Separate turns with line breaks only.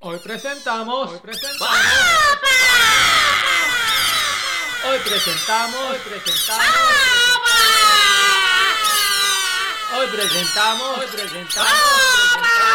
Hoy presentamos. Hoy presentamos. Hoy presentamos. Hoy presentamos. Hoy presentamos. Hoy presentamos. Hoy presentamos.